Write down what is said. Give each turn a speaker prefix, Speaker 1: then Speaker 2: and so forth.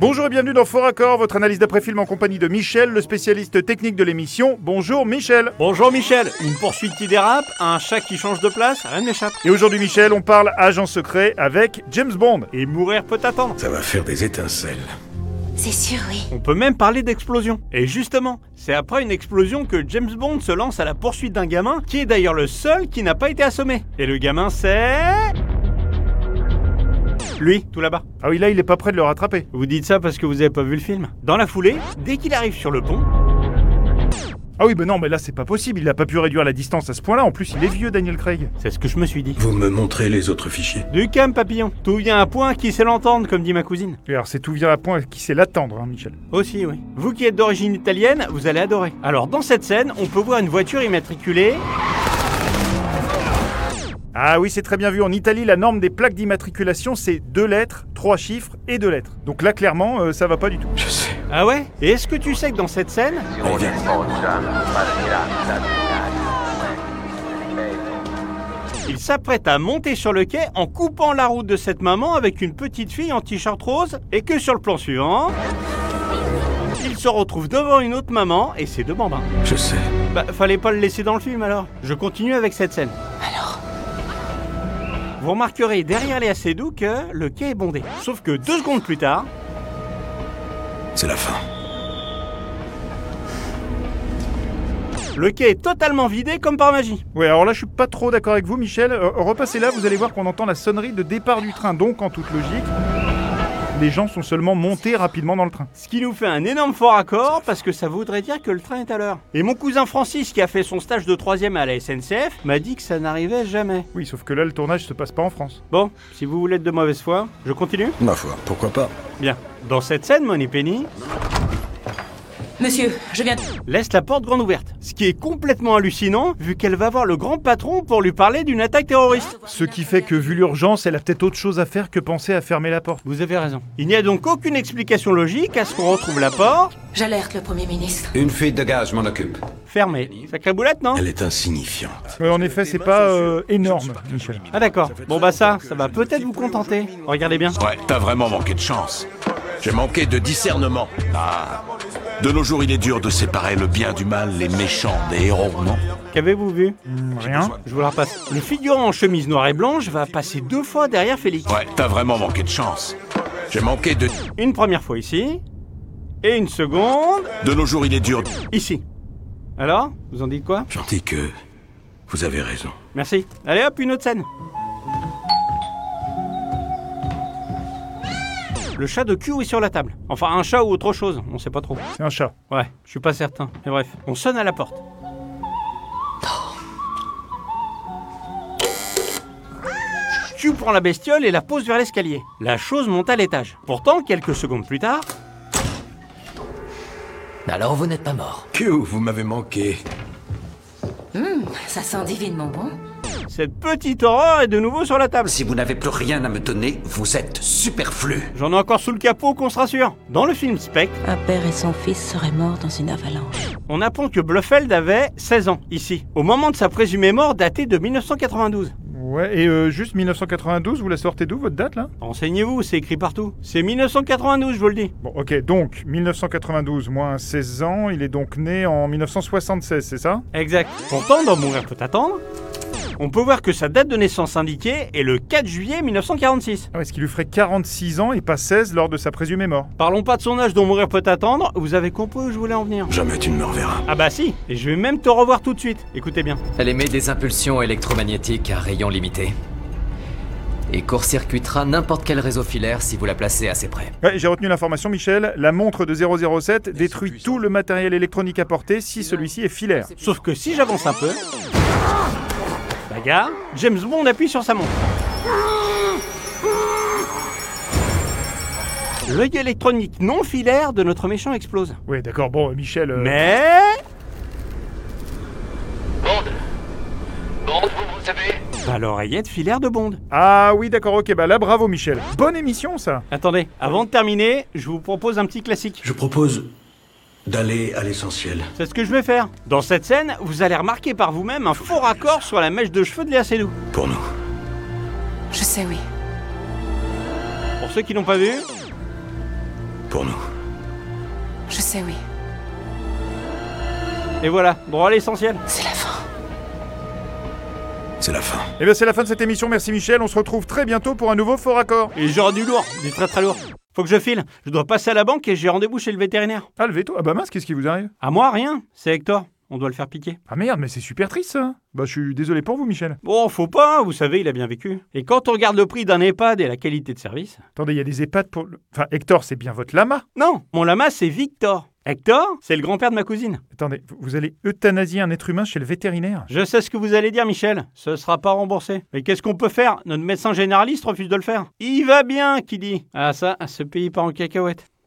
Speaker 1: Bonjour et bienvenue dans Fort Accord, votre analyse d'après-film en compagnie de Michel, le spécialiste technique de l'émission. Bonjour Michel
Speaker 2: Bonjour Michel, une poursuite qui dérape, un chat qui change de place, rien ne m'échappe.
Speaker 1: Et aujourd'hui Michel, on parle agent secret avec James Bond.
Speaker 2: Et mourir peut attendre.
Speaker 3: Ça va faire des étincelles.
Speaker 4: C'est sûr, oui.
Speaker 2: On peut même parler d'explosion. Et justement, c'est après une explosion que James Bond se lance à la poursuite d'un gamin, qui est d'ailleurs le seul qui n'a pas été assommé. Et le gamin c'est... Lui, tout là-bas.
Speaker 1: Ah oui, là il est pas prêt de le rattraper.
Speaker 2: Vous dites ça parce que vous avez pas vu le film. Dans la foulée, dès qu'il arrive sur le pont,
Speaker 1: Ah oui, ben non, mais là c'est pas possible, il a pas pu réduire la distance à ce point-là, en plus il est vieux Daniel Craig.
Speaker 2: c'est ce que je me suis dit.
Speaker 3: Vous me montrez les autres fichiers.
Speaker 2: Du calme papillon, tout vient à point qui sait l'entendre, comme dit ma cousine.
Speaker 1: Et alors c'est tout vient à point qui sait l'attendre, hein, Michel.
Speaker 2: Aussi, oui. Vous qui êtes d'origine italienne, vous allez adorer. Alors, dans cette scène, on peut voir une voiture immatriculée.
Speaker 1: Ah oui, c'est très bien vu. En Italie, la norme des plaques d'immatriculation, c'est deux lettres, trois chiffres et deux lettres. Donc là, clairement, euh, ça va pas du tout.
Speaker 3: Je sais.
Speaker 2: Ah ouais Et est-ce que tu sais que dans cette scène,
Speaker 3: Allez,
Speaker 5: Oh,
Speaker 3: viens.
Speaker 2: il s'apprête à monter sur le quai en coupant la route de cette maman avec une petite fille en t-shirt rose et que sur le plan suivant. Il se retrouve devant une autre maman et ses deux bambins.
Speaker 3: Je sais.
Speaker 2: Bah, fallait pas le laisser dans le film alors. Je continue avec cette scène.
Speaker 4: Alors
Speaker 2: Vous remarquerez derrière les assez doux que le quai est bondé. Sauf que deux secondes plus tard,
Speaker 3: C'est la fin.
Speaker 2: le quai est totalement vidé comme par magie.
Speaker 1: Ouais, alors là, je suis pas trop d'accord avec vous, Michel. Euh, repassez là, vous allez voir qu'on entend la sonnerie de départ du train. Donc, en toute logique, les gens sont seulement montés rapidement dans le train.
Speaker 2: Ce qui nous fait un énorme fort accord parce que ça voudrait dire que le train est à l'heure. Et mon cousin Francis qui a fait son stage de 3ème à la SNCF m'a dit que ça n'arrivait jamais.
Speaker 1: Oui, sauf que là, le tournage se passe pas en France.
Speaker 2: Bon, si vous voulez être de mauvaise foi, je continue
Speaker 3: Ma foi, pourquoi pas
Speaker 2: Bien. Dans cette scène, Money Penny
Speaker 4: Monsieur, je viens. de-
Speaker 2: laisse la porte grande ouverte. Ce qui est complètement hallucinant vu qu'elle va voir le grand patron pour lui parler d'une attaque terroriste.
Speaker 1: Ce qui fait que, vu l'urgence, elle a peut-être autre chose à faire que penser à fermer la porte.
Speaker 2: Vous avez raison. Il n'y a donc aucune explication logique à ce qu'on retrouve la porte
Speaker 4: J'alerte le Premier ministre.
Speaker 6: Une fuite de gaz, je m'en occupe.
Speaker 2: fermée. Sacrée boulette, non
Speaker 3: Elle est insignifiante.
Speaker 1: Euh, en effet, c'est pas euh, énorme, Michel.
Speaker 2: Ah d'accord. Bon bah ça, ça va peut-être vous contenter. Regardez bien.
Speaker 5: Ouais, t'as vraiment manqué de chance. J'ai manqué de discernement. Ah. De nos jours, il est dur de séparer le bien du mal, les méchants des héros, non
Speaker 2: Qu'avez-vous vu
Speaker 1: Rien.
Speaker 2: Je vous la repasse. Hein Le figurant en chemise noire et blanche va passer deux fois derrière Félix.
Speaker 5: Ouais, t'as vraiment manqué de chance. J'ai manqué de...
Speaker 2: Une première fois ici. Et une seconde
Speaker 5: De nos jours, il est dur...
Speaker 2: ici. Alors Vous en dites quoi
Speaker 3: J'en dis que vous avez raison.
Speaker 2: Merci. Allez hop, une autre scène. Le chat de cul est sur la table. Enfin, un chat ou autre chose, on sait pas trop.
Speaker 1: C'est un chat.
Speaker 2: Ouais, je suis pas certain. Mais bref, on sonne à la porte. Tu prends la bestiole et la pose vers l'escalier. La chose monte à l'étage. Pourtant, quelques secondes plus tard,
Speaker 7: Alors vous n'êtes pas mort.
Speaker 3: Que vous m'avez manqué.
Speaker 4: Ça sent divinement bon.
Speaker 2: cette petite horreur est de nouveau sur la table.
Speaker 6: Si vous n'avez plus rien à me donner, vous êtes superflu.
Speaker 2: J'en ai encore sous le capot qu'on se rassure. Dans le film Spectre,
Speaker 4: Un père et son fils seraient morts dans une avalanche.
Speaker 2: on apprend que Blofeld avait 16 ans, ici, au moment de sa présumée mort datée de 1992.
Speaker 1: Ouais, et euh, juste 1992, vous la sortez d'où votre date là
Speaker 2: Renseignez-vous, c'est écrit partout. C'est 1992, je vous le dis.
Speaker 1: Bon, ok, donc 1992, moins 16 ans, il est donc né en 1976, c'est ça
Speaker 2: Exact. Pourtant, dans Mourir peut attendre, on peut voir que sa date de naissance indiquée est le 4 juillet 1946.
Speaker 1: Ah ouais, ce qui lui ferait 46 ans et pas 16 lors de sa présumée mort.
Speaker 2: Parlons pas de son âge dont Mourir peut attendre, vous avez compris où je voulais en venir.
Speaker 3: Jamais tu ne me reverras.
Speaker 2: Ah bah si, et je vais même te revoir tout de suite. Écoutez bien.
Speaker 7: Elle émet des impulsions électromagnétiques à rayon limité. Et court-circuitera n'importe quel réseau filaire si vous la placez assez près.
Speaker 1: Ouais, j'ai retenu l'information, Michel, la montre de 007 détruit tout le matériel électronique apporté si celui-ci est filaire.
Speaker 2: Sauf que si j'avance un peu... Bagarre, James Bond appuie sur sa montre. L'œil électronique non filaire de notre méchant explose.
Speaker 1: Ouais, d'accord, bon, euh, Michel... euh,
Speaker 2: Mais... Bah l'oreillette filaire de Bond.
Speaker 1: Ah oui, d'accord, ok, bah là, bravo Michel. Bonne émission, ça
Speaker 2: Attendez, avant de terminer, je vous propose un petit classique.
Speaker 3: Je propose d'aller à l'essentiel.
Speaker 2: C'est ce que je vais faire. Dans cette scène, vous allez remarquer par vous-même un faux raccord sur la mèche de cheveux de Léa Seydoux.
Speaker 3: Pour nous.
Speaker 4: Je sais, oui.
Speaker 2: Pour ceux qui n'ont pas vu,
Speaker 3: pour nous.
Speaker 4: Je sais, oui.
Speaker 2: Et voilà, droit à l'essentiel.
Speaker 4: C'est la fin.
Speaker 3: C'est la fin.
Speaker 1: Et Eh bien c'est la fin de cette émission, merci Michel, on se retrouve très bientôt pour un nouveau Fort Accord.
Speaker 2: Et j'aurai du lourd, du très très lourd. Faut que je file, je dois passer à la banque et j'ai rendez-vous chez le vétérinaire.
Speaker 1: Ah, levez-toi, ah bah mince, qu'est-ce qui vous arrive
Speaker 2: À moi, rien, c'est Hector, on doit le faire piquer.
Speaker 1: Ah merde, mais c'est super triste ça Bah je suis désolé pour vous Michel.
Speaker 2: Bon, faut pas, hein, vous savez, il a bien vécu. Et quand on regarde le prix d'un EHPAD et la qualité de service.
Speaker 1: Attendez, il y a des EHPAD pour... le- Enfin, Hector, c'est bien votre lama
Speaker 2: Non, mon lama, c'est Victor. Hector, c'est le grand-père de ma cousine.
Speaker 1: Attendez, vous- vous allez euthanasier un être humain chez le vétérinaire
Speaker 2: Je sais ce que vous allez dire, Michel. Ce sera pas remboursé. Mais qu'est-ce qu'on peut faire Notre médecin généraliste refuse de le faire. Il va bien, qui dit. Ah ça, ce pays part en cacahuète.